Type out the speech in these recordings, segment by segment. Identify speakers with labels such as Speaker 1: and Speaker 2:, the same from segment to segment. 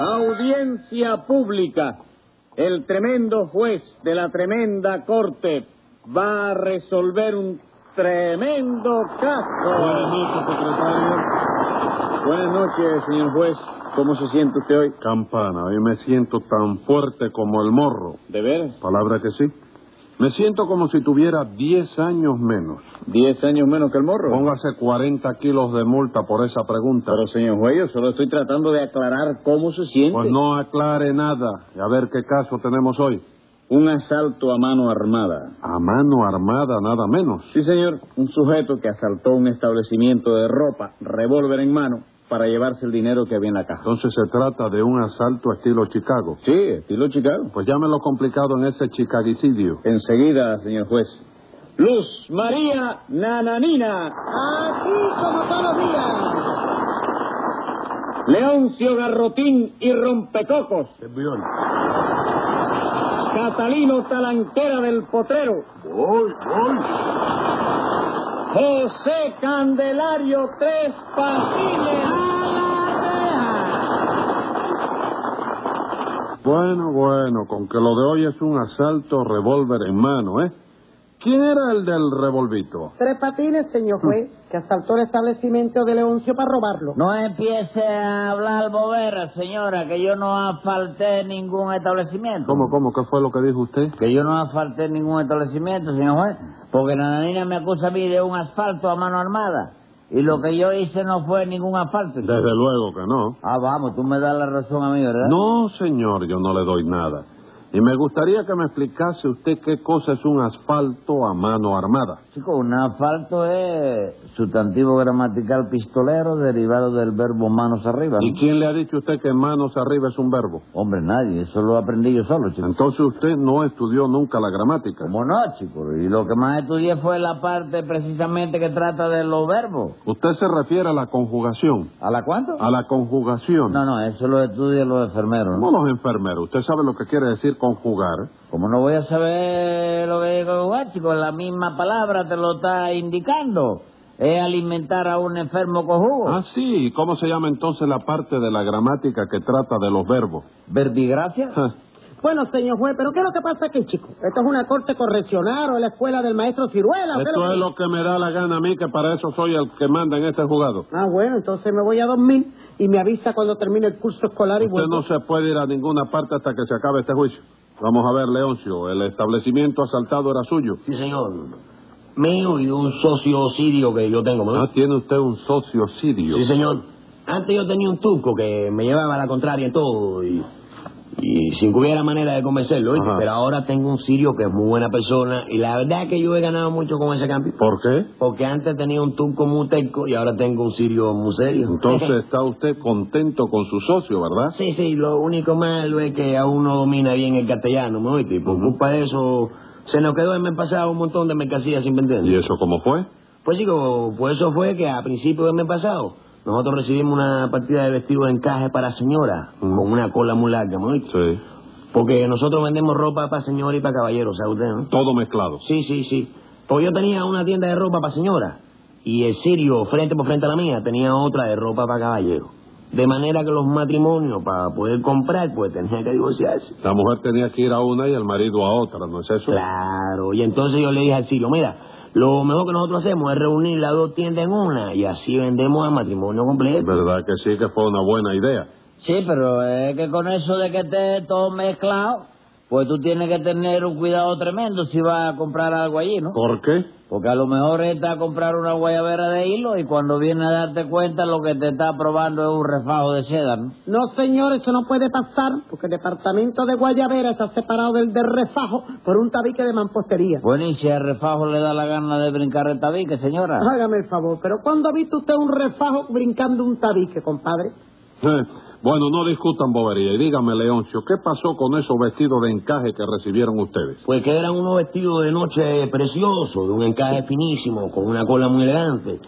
Speaker 1: Audiencia pública. El tremendo juez de la tremenda corte va a resolver un tremendo caso.
Speaker 2: Buenas noches, secretario.
Speaker 1: Buenas noches, señor juez. ¿Cómo se siente usted hoy?
Speaker 2: Campana, hoy me siento tan fuerte como el morro.
Speaker 1: ¿De veras?
Speaker 2: Palabra que sí. Me siento como si tuviera 10 años menos.
Speaker 1: ¿Diez años menos que el morro?
Speaker 2: Póngase 40 kilos de multa por esa pregunta.
Speaker 1: Pero, señor juez, yo solo estoy tratando de aclarar cómo se siente.
Speaker 2: Pues no aclare nada. A ver qué caso tenemos hoy.
Speaker 1: Un asalto a mano armada.
Speaker 2: A mano armada, nada menos.
Speaker 1: Sí, señor. Un sujeto que asaltó un establecimiento de ropa, revólver en mano, para llevarse el dinero que había en la caja.
Speaker 2: Entonces se trata de un asalto estilo Chicago.
Speaker 1: Sí, estilo Chicago.
Speaker 2: Pues llámelo complicado en ese chicaguicidio.
Speaker 1: Enseguida, señor juez. Luz María Nananina.
Speaker 3: Aquí como todos los días.
Speaker 1: Leoncio Garrotín y Rompecocos. Catalino Talantera del Potrero.
Speaker 2: Voy, voy.
Speaker 1: José Candelario Tres Patines.
Speaker 2: Bueno, bueno, con que lo de hoy es un asalto revólver en mano, ¿eh? ¿Quién era el del revolvito?
Speaker 3: Tres patines, señor juez,
Speaker 2: Mm.
Speaker 3: que asaltó el establecimiento de Leoncio para robarlo.
Speaker 4: No empiece a hablar bobera, señora, que yo no asfalté ningún establecimiento.
Speaker 2: ¿Cómo, cómo? ¿Qué fue lo que dijo usted?
Speaker 4: Que yo no asfalté ningún establecimiento, señor juez, porque Nananina me acusa a mí de un asfalto a mano armada. Y lo que yo hice no fue ningún asfalto.
Speaker 2: Desde luego que no.
Speaker 4: Ah, vamos, tú me das la razón a mí, ¿verdad?
Speaker 2: No, señor, yo no le doy nada. Y me gustaría que me explicase usted qué cosa es un asfalto a mano armada.
Speaker 4: Chico, un asfalto es sustantivo gramatical pistolero derivado del verbo manos arriba. ¿no?
Speaker 2: ¿Y quién le ha dicho a usted que manos arriba es un verbo?
Speaker 4: Hombre, nadie, eso lo aprendí yo solo, chico.
Speaker 2: Entonces usted no estudió nunca la gramática.
Speaker 4: ¿Cómo no, chico? Y lo que más estudié fue la parte precisamente que trata de los verbos.
Speaker 2: Usted se refiere a la conjugación.
Speaker 4: ¿A la cuánto?
Speaker 2: A la conjugación.
Speaker 4: No, no, eso lo estudian los enfermeros.
Speaker 2: Como
Speaker 4: ¿no?
Speaker 2: los enfermeros, usted sabe lo que quiere decir conjugar.
Speaker 4: Como no voy a saber lo que conjugar, chico, la misma palabra te lo está indicando. Es alimentar a un enfermo con jugo.
Speaker 2: Ah, sí. ¿y ¿Cómo se llama entonces la parte de la gramática que trata de los verbos?
Speaker 4: ¿Verbigracia?
Speaker 2: Ja,
Speaker 3: Bueno, señor juez, ¿pero qué es lo que pasa aquí, chico? ¿Esto es una corte correccional o es la escuela del maestro Ciruela? ¿O qué
Speaker 2: Esto es lo que me da la gana a mí, que para eso soy el que manda en este jugado.
Speaker 3: Ah, bueno, entonces me voy a dormir y me avisa cuando termine el curso escolar y
Speaker 2: Usted
Speaker 3: vuelvo.
Speaker 2: no se puede ir a ninguna parte hasta que se acabe este juicio. Vamos a ver, Leoncio, el establecimiento asaltado era suyo.
Speaker 5: Sí, señor. Mío y un socio sirio que yo tengo, ¿no?
Speaker 2: Ah, tiene usted un socio sirio.
Speaker 5: Sí, señor. Antes yo tenía un turco que me llevaba a la contraria en todo y, y sin que hubiera manera de convencerlo, ¿oíste?
Speaker 2: Ajá.
Speaker 5: Pero ahora tengo un sirio que es muy buena persona y la verdad es que yo he ganado mucho con ese cambio.
Speaker 2: ¿Por qué?
Speaker 5: Porque antes tenía un turco muy terco y ahora tengo un sirio muy serio.
Speaker 2: Entonces está usted contento con su socio, ¿verdad?
Speaker 5: Sí, sí, lo único malo es que aún no domina bien el castellano, ¿me oíste? Y por culpa de eso se nos quedó en el pasado un montón de mercancías sin vender.
Speaker 2: ¿Y eso cómo fue?
Speaker 5: Pues chico, pues eso fue que a principios del mes pasado nosotros recibimos una partida de vestidos de encaje para señora
Speaker 2: Mm.
Speaker 5: con una cola muy larga, ¿me oíste?
Speaker 2: Sí.
Speaker 5: Porque nosotros vendemos ropa para señora y para caballero, ¿sabe usted, no?
Speaker 2: Todo mezclado.
Speaker 5: Sí, sí, sí. Pues yo tenía una tienda de ropa para señora y el sirio, frente por frente a la mía, tenía otra de ropa para caballero. De manera que los matrimonios, para poder comprar, pues tenían que divorciarse.
Speaker 2: La mujer tenía que ir a una y el marido a otra, ¿no es eso?
Speaker 5: Claro, y entonces yo le dije al Sirio, mira, lo mejor que nosotros hacemos es reunir las dos tiendas en una y así vendemos a matrimonio completo.
Speaker 2: ¿Verdad que sí que fue una buena idea?
Speaker 4: Sí, pero es que con eso de que esté todo mezclado, pues tú tienes que tener un cuidado tremendo si vas a comprar algo allí, ¿no?
Speaker 2: ¿Por qué?
Speaker 4: Porque a lo mejor está a comprar una guayabera de hilo y cuando viene a darte cuenta lo que te está probando es un refajo de seda, ¿no?
Speaker 3: No, señor, eso no puede pasar, porque el departamento de Guayabera está separado del de refajo por un tabique de mampostería.
Speaker 4: Bueno, y si al refajo le da la gana de brincar el tabique, señora.
Speaker 3: Hágame el favor, ¿pero cuándo ha visto usted un refajo brincando un tabique, compadre?
Speaker 2: Eh, Bueno, no discutan bobería. Y dígame, Leoncio, ¿qué pasó con esos vestidos de encaje que recibieron ustedes?
Speaker 5: Pues que eran unos vestidos de noche preciosos, de un encaje finísimo, con una cola muy elegante.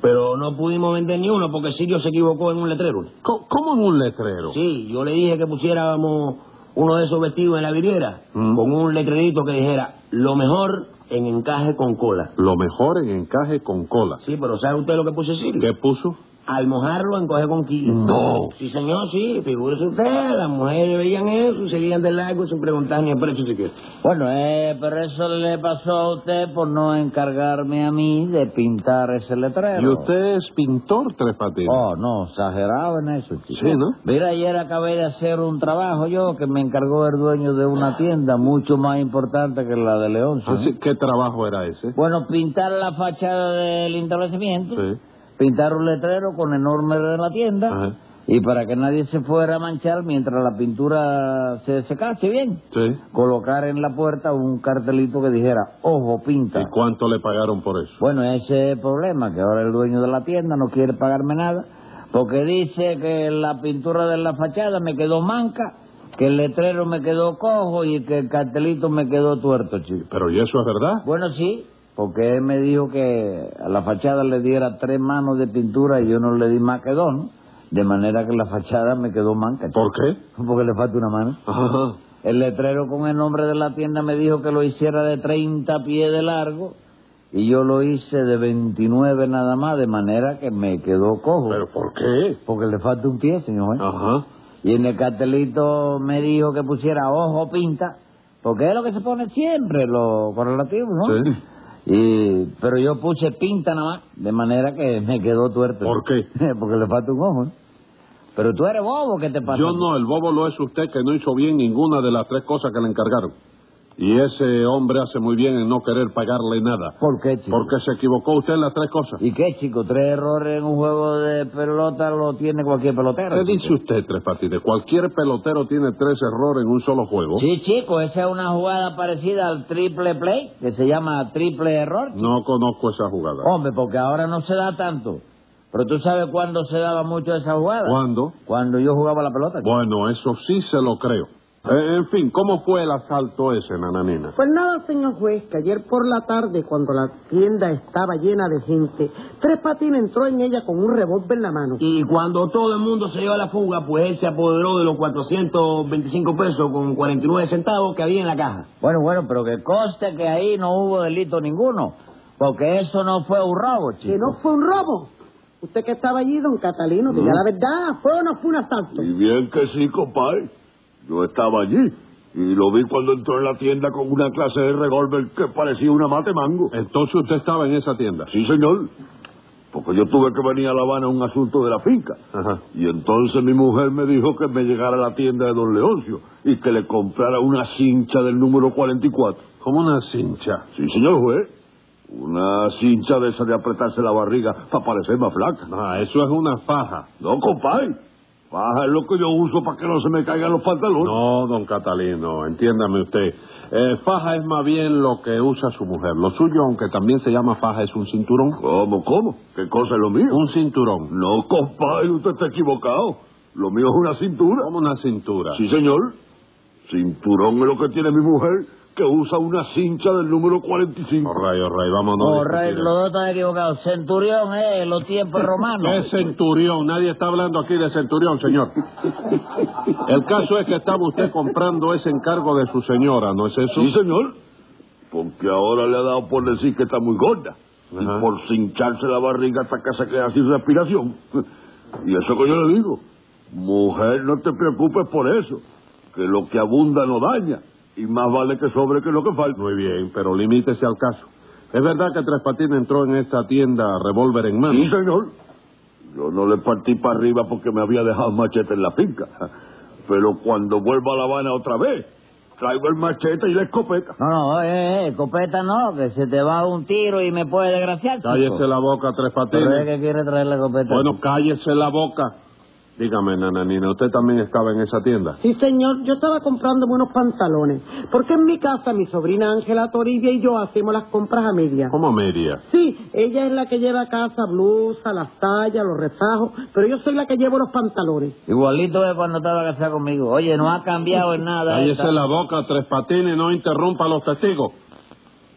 Speaker 5: Pero no pudimos vender ni uno porque Sirio se equivocó en un letrero.
Speaker 2: Co- ¿Cómo en un letrero?
Speaker 5: Sí, yo le dije que pusiéramos uno de esos vestidos en la vidriera
Speaker 2: Mm.
Speaker 5: con un letrerito que dijera, lo mejor en encaje con cola.
Speaker 2: Lo mejor en encaje con cola.
Speaker 5: Sí, pero ¿sabe usted lo que puso Sirio?
Speaker 2: ¿Qué Mm. puso?
Speaker 5: al mojarlo encoge con quillo.
Speaker 2: No.
Speaker 5: Sí, señor, sí, figúrese usted, las mujeres veían eso y seguían de largo sin preguntar ni el precio siquiera.
Speaker 4: Bueno, eh, pero eso le pasó a usted por no encargarme a mí de pintar ese letrero.
Speaker 2: ¿Y usted es pintor, Tres Patines?
Speaker 5: Ah.
Speaker 4: Oh, no, exagerado en eso, chico.
Speaker 2: Sí, ¿no?
Speaker 4: Mira, ayer acabé de hacer un trabajo yo que me encargó el dueño de una tienda mucho más importante que la de León. ¿sí?
Speaker 2: Así, ¿Qué trabajo era ese?
Speaker 4: Bueno, pintar la fachada del establecimiento,
Speaker 2: Sí.
Speaker 4: pintar un letrero con el nombre de la tienda
Speaker 2: Ajá.
Speaker 4: y para que nadie se fuera a manchar mientras la pintura se secase bien,
Speaker 2: Sí.
Speaker 4: colocar en la puerta un cartelito que dijera, ojo, pinta.
Speaker 2: ¿Y cuánto le pagaron por eso?
Speaker 4: Bueno, ese es el problema, que ahora el dueño de la tienda no quiere pagarme nada, porque dice que la pintura de la fachada me quedó manca, que el letrero me quedó cojo y que el cartelito me quedó tuerto, chico.
Speaker 2: Pero ¿y eso es verdad?
Speaker 4: Bueno, sí, porque él me dijo que a la fachada le diera tres manos de pintura y yo no le di más que dos, ¿no? De manera que la fachada me quedó manca, chico.
Speaker 2: ¿Por qué?
Speaker 4: porque le falta una mano.
Speaker 2: Ajá.
Speaker 4: El letrero con el nombre de la tienda me dijo que lo hiciera de 30 pies de largo y yo lo hice de 29 nada más, de manera que me quedó cojo.
Speaker 2: ¿Pero Ah. por qué?
Speaker 4: Porque le falta un pie, señor. juez.
Speaker 2: Ajá.
Speaker 4: Y en el cartelito me dijo que pusiera ojo pinta, porque es lo que se pone siempre, lo correlativo, ¿no?
Speaker 2: Sí.
Speaker 4: Y, pero yo puse pinta nada más, de manera que me quedó tuerto.
Speaker 2: ¿Por qué?
Speaker 4: porque le falta un ojo. ¿eh? Pero tú eres bobo, ¿qué te pasa?
Speaker 2: Yo no, el bobo lo es usted que no hizo bien ninguna de las tres cosas que le encargaron. Y ese hombre hace muy bien en no querer pagarle nada.
Speaker 4: ¿Por qué, chico?
Speaker 2: Porque se equivocó usted en las tres cosas.
Speaker 4: ¿Y qué, chico? Tres errores en un juego de pelota lo tiene cualquier pelotero.
Speaker 2: ¿Qué
Speaker 4: chico.
Speaker 2: dice usted, Tres Patines? Cualquier pelotero tiene tres errores en un solo juego.
Speaker 4: Sí, chico, esa es una jugada parecida al triple play, que se llama triple error.
Speaker 2: No conozco esa jugada.
Speaker 4: Hombre, porque ahora no se da tanto. Pero tú sabes cuándo se daba mucho esa jugada.
Speaker 2: ¿Cuándo?
Speaker 4: Cuando yo jugaba la pelota. chico.
Speaker 2: Bueno, eso sí se lo creo. Eh, en fin, ¿cómo fue el asalto ese, Nananina?
Speaker 3: Pues nada, señor juez, que ayer por la tarde, cuando la tienda estaba llena de gente, Tres Patines entró en ella con un revólver en la mano.
Speaker 5: Y cuando todo el mundo se dio a la fuga, pues él se apoderó de los 425 pesos con 49 centavos que había en la caja.
Speaker 4: Bueno, bueno, pero que conste que ahí no hubo delito ninguno. Porque eso no fue un robo, chico.
Speaker 3: Que no fue un robo. Usted que estaba allí, don Catalino, diga la verdad, ¿fue o no fue un asalto?
Speaker 6: Y bien que sí, compadre. Yo estaba allí y lo vi cuando entró en la tienda con una clase de revólver que parecía una mate mango.
Speaker 2: Entonces usted estaba en esa tienda.
Speaker 6: Sí, señor. Porque yo tuve que venir a La Habana a un asunto de la finca.
Speaker 2: Ajá.
Speaker 6: Y entonces mi mujer me dijo que me llegara a la tienda de don Leoncio y que le comprara una cincha del número 44.
Speaker 2: Como una cincha.
Speaker 6: Sí, señor juez. Una cincha de esa de apretarse la barriga para parecer más flaca.
Speaker 2: Ah, eso es una faja.
Speaker 6: No, compadre. Baja es lo que yo uso para que no se me caigan los pantalones.
Speaker 2: No, don Catalino, entiéndame usted. Eh, faja es más bien lo que usa su mujer. Lo suyo, aunque también se llama faja, es un cinturón.
Speaker 6: ¿Cómo, cómo? ¿Qué cosa es lo mío?
Speaker 2: Un cinturón.
Speaker 6: No, compadre, usted está equivocado. Lo mío es una cintura.
Speaker 2: Como una cintura.
Speaker 6: Sí, señor. Cinturón es lo que tiene mi mujer, que usa una cincha del número 45.
Speaker 2: Oh, ray, oh, ray, vámonos. a
Speaker 4: Oh, Rey,
Speaker 2: discutir
Speaker 4: los dos están equivocados. Centurión, eh, los tiempos romanos.
Speaker 2: ¿Qué centurión? Nadie está hablando aquí de centurión, señor. El caso es que estaba usted comprando ese encargo de su señora, ¿no es eso?
Speaker 6: Sí, señor. Porque ahora le ha dado por decir que está muy gorda.
Speaker 2: Ajá.
Speaker 6: Y por cincharse la barriga hasta que se queda sin respiración. Y eso que yo le digo. Mujer, no te preocupes por eso. Que lo que abunda no daña. Y más vale que sobre que lo que falta.
Speaker 2: Muy bien, pero limítese al caso. Es verdad que Tres Patines entró en esta tienda revólver en mano.
Speaker 6: Sí, señor. Yo no le partí para arriba porque me había dejado el machete en la finca. Pero cuando vuelva a La Habana otra vez, traigo el machete y la escopeta.
Speaker 4: No, no, eh, eh, escopeta no, que se te va un tiro y me puede desgraciar. chico.
Speaker 2: Cállese la boca, Tres
Speaker 4: Pero es
Speaker 2: Patines.
Speaker 4: que quiere traer la escopeta.
Speaker 2: Bueno, cállese la boca. Dígame, nananina, ¿usted también estaba en esa tienda?
Speaker 3: Sí, señor, yo estaba comprando unos pantalones, porque en mi casa mi sobrina Ángela Toribia y yo hacemos las compras a medias.
Speaker 2: ¿Cómo media?
Speaker 3: Sí, ella es la que lleva a casa blusa, las tallas, los rezajos, pero yo soy la que llevo los pantalones.
Speaker 4: Igualito es cuando estaba casada conmigo. Oye, no ha cambiado en nada.
Speaker 2: Cállese
Speaker 4: esta.
Speaker 2: la boca, Tres Patines, no interrumpa a los testigos.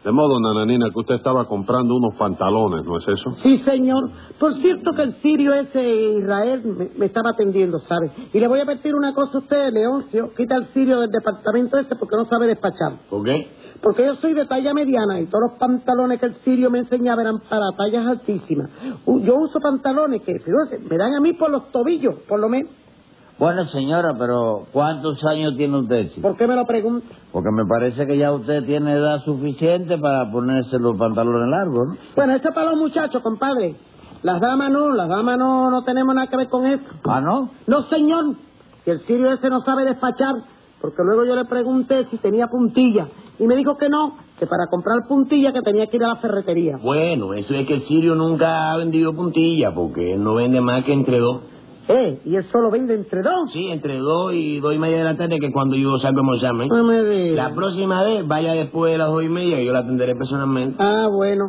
Speaker 2: De modo, nananina, que usted estaba comprando unos pantalones, ¿no es eso?
Speaker 3: Sí, señor. Por cierto que el sirio ese Israel me, me estaba atendiendo, ¿sabe? Y le voy a pedir una cosa a usted, Leoncio. Quita el sirio del departamento ese porque no sabe despachar.
Speaker 5: ¿Por qué?
Speaker 3: Porque yo soy de talla mediana y todos los pantalones que el sirio me enseñaba eran para tallas altísimas. U- Yo uso pantalones que, fíjese, me dan a mí por los tobillos, por lo menos.
Speaker 4: Bueno, señora, pero ¿cuántos años tiene usted, chico?
Speaker 3: ¿Por qué me lo pregunta?
Speaker 4: Porque me parece que ya usted tiene edad suficiente para ponerse los pantalones largos, ¿no?
Speaker 3: Bueno, eso es para los muchachos, compadre. Las damas no, las damas no, no tenemos nada que ver con eso.
Speaker 4: Ah, ¿no?
Speaker 3: No, señor. Y el sirio ese no sabe despachar, porque luego yo le pregunté si tenía puntilla. Y me dijo que no, que para comprar puntilla que tenía que ir a la ferretería.
Speaker 5: Bueno, eso es que el sirio nunca ha vendido puntilla, porque él no vende más que entre dos.
Speaker 3: ¿Eh? ¿Y él solo vende entre dos?
Speaker 5: Sí, entre dos y dos y media de la tarde, que es cuando yo salgo a almorzarme.
Speaker 3: No me diga.
Speaker 5: La próxima vez vaya después de las dos y media y yo la atenderé personalmente.
Speaker 3: Ah, bueno.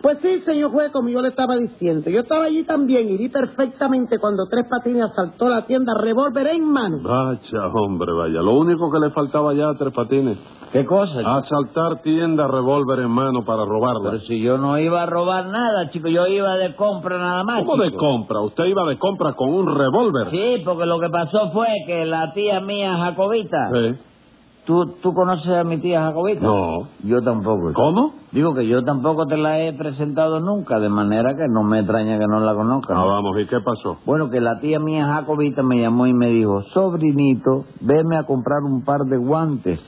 Speaker 3: Pues sí, señor juez, como yo le estaba diciendo. Yo estaba allí también y vi perfectamente cuando Tres Patines asaltó la tienda revólver en mano.
Speaker 2: Vaya, hombre, vaya. Lo único que le faltaba ya a Tres Patines,
Speaker 4: ¿Qué cosa?
Speaker 5: Ah,
Speaker 4: chico?
Speaker 2: asaltar tienda revólver en mano para
Speaker 4: Pero
Speaker 2: robarla.
Speaker 4: si yo no iba a robar nada, chico, yo iba de compra nada más.
Speaker 2: ¿Cómo de
Speaker 4: chico.
Speaker 2: compra? Usted iba de compra con un revólver.
Speaker 4: Sí, porque lo que pasó fue que la tía mía, Jacobita.
Speaker 2: Sí.
Speaker 4: ¿Tú, ¿Tú conoces a mi tía Jacobita?
Speaker 2: No.
Speaker 4: Yo tampoco. chico.
Speaker 2: ¿Cómo?
Speaker 4: Digo que yo tampoco te la he presentado nunca, de manera que no me extraña que no la conozcas.
Speaker 2: Ah, vamos, ¿y qué pasó?
Speaker 4: Bueno, que la tía mía Jacobita me llamó y me dijo, sobrinito, veme a comprar un par de guantes,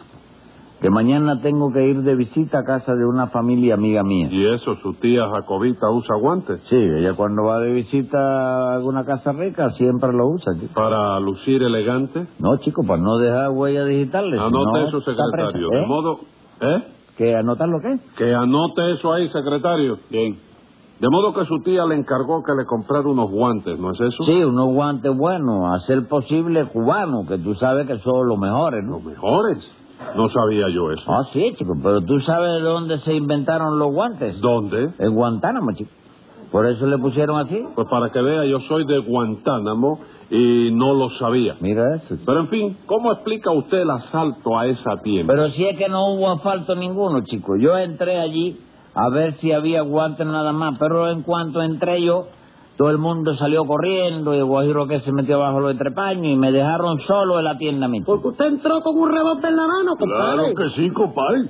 Speaker 4: que mañana tengo que ir de visita a casa de una familia amiga mía.
Speaker 2: ¿Y eso, su tía Jacobita usa guantes?
Speaker 4: Sí, ella cuando va de visita a alguna casa rica siempre lo usa. chico.
Speaker 2: ¿Para lucir elegante?
Speaker 4: No, chico, para no dejar huellas digitales.
Speaker 2: Anote
Speaker 4: Pues no,
Speaker 2: eso,
Speaker 4: está
Speaker 2: secretario.
Speaker 4: presa, ¿eh?
Speaker 2: De modo... ¿Eh?
Speaker 4: ¿Que anotar lo qué?
Speaker 2: Que anote eso ahí, secretario. Bien. De modo que su tía le encargó que le comprara unos guantes, ¿no es eso?
Speaker 4: Sí, unos guantes buenos, a ser posible cubanos, que tú sabes que son los mejores, ¿no?
Speaker 2: Los mejores. No sabía yo eso.
Speaker 4: Ah, sí, chico, pero tú sabes de dónde se inventaron los guantes.
Speaker 2: ¿Dónde?
Speaker 4: En Guantánamo, chico. Por eso le pusieron así.
Speaker 2: Pues para que vea, yo soy de Guantánamo y no lo sabía.
Speaker 4: Mira eso.
Speaker 2: Pero en fin, ¿cómo explica usted el asalto a esa tienda?
Speaker 4: Pero si es que no hubo asfalto ninguno, chico. Yo entré allí a ver si había guantes nada más, pero en cuanto entré yo, todo el mundo salió corriendo y el guajiro que se metió bajo los entrepaños y me dejaron solo en la tienda misma.
Speaker 3: Porque usted entró con un revólver en la mano, compadre.
Speaker 6: Claro que sí, compadre.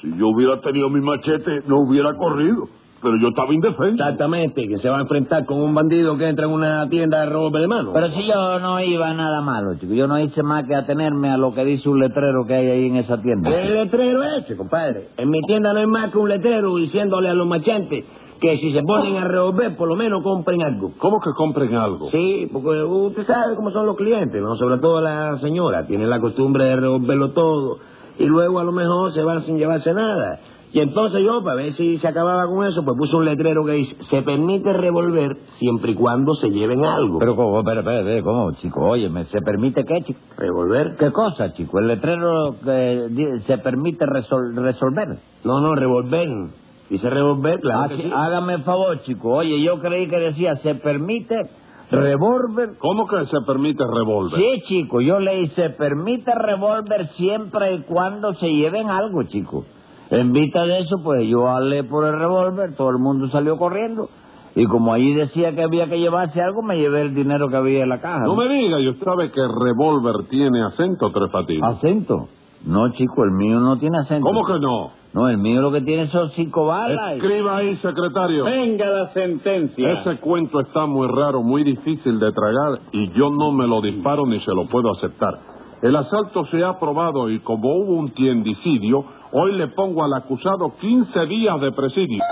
Speaker 6: Si yo hubiera tenido mi machete, no hubiera corrido. Pero yo estaba indefenso.
Speaker 5: Exactamente, que se va a enfrentar con un bandido que entra en una tienda de robo de mano.
Speaker 4: Pero si yo no iba a nada malo, chico. Yo no hice más que atenerme a lo que dice un letrero que hay ahí en esa tienda.
Speaker 5: El letrero ese, compadre. En mi tienda no hay más que un letrero diciéndole a los marchantes que si se ponen a revolver, por lo menos compren algo.
Speaker 2: ¿Cómo que compren algo?
Speaker 5: Sí, porque uh, usted sabe cómo son los clientes, ¿no? Sobre todo la señora. Tiene la costumbre de revolverlo todo. Y luego a lo mejor se van sin llevarse nada. Y entonces yo, para ver si se acababa con eso, pues puse un letrero que dice, se permite revolver siempre y cuando se lleven algo.
Speaker 4: Pero cómo, pero, pero, pero, ¿cómo, chico? Óyeme, ¿se permite qué, chico?
Speaker 5: ¿Revolver?
Speaker 4: ¿Qué cosa, chico? El letrero que di- se permite resol- resolver.
Speaker 5: No, no, revolver. Dice revolver, claro
Speaker 4: Ah,
Speaker 5: que
Speaker 4: sí,
Speaker 5: sí.
Speaker 4: Hágame el favor, chico. Oye, yo creí que decía, ¿se permite revólver?
Speaker 2: ¿Cómo que se permite revólver?
Speaker 4: Sí, chico, yo leí, se permite revólver siempre y cuando se lleven algo, chico. En vista de eso, pues yo hablé por el revólver, todo el mundo salió corriendo. Y como allí decía que había que llevarse algo, me llevé el dinero que había en la caja.
Speaker 2: No me diga, y usted sabe que revólver tiene acento, Tres Patines.
Speaker 4: ¿Acento? No, chico, el mío no tiene acento.
Speaker 2: ¿Cómo que no?
Speaker 4: No, el mío lo que tiene son cinco balas. y-
Speaker 2: Escriba ahí, secretario.
Speaker 1: Venga la sentencia.
Speaker 2: Ese cuento está muy raro, muy difícil de tragar y yo no me lo disparo ni se lo puedo aceptar. El asalto se ha aprobado y como hubo un tiendicidio, hoy le pongo al acusado 15 días de presidio.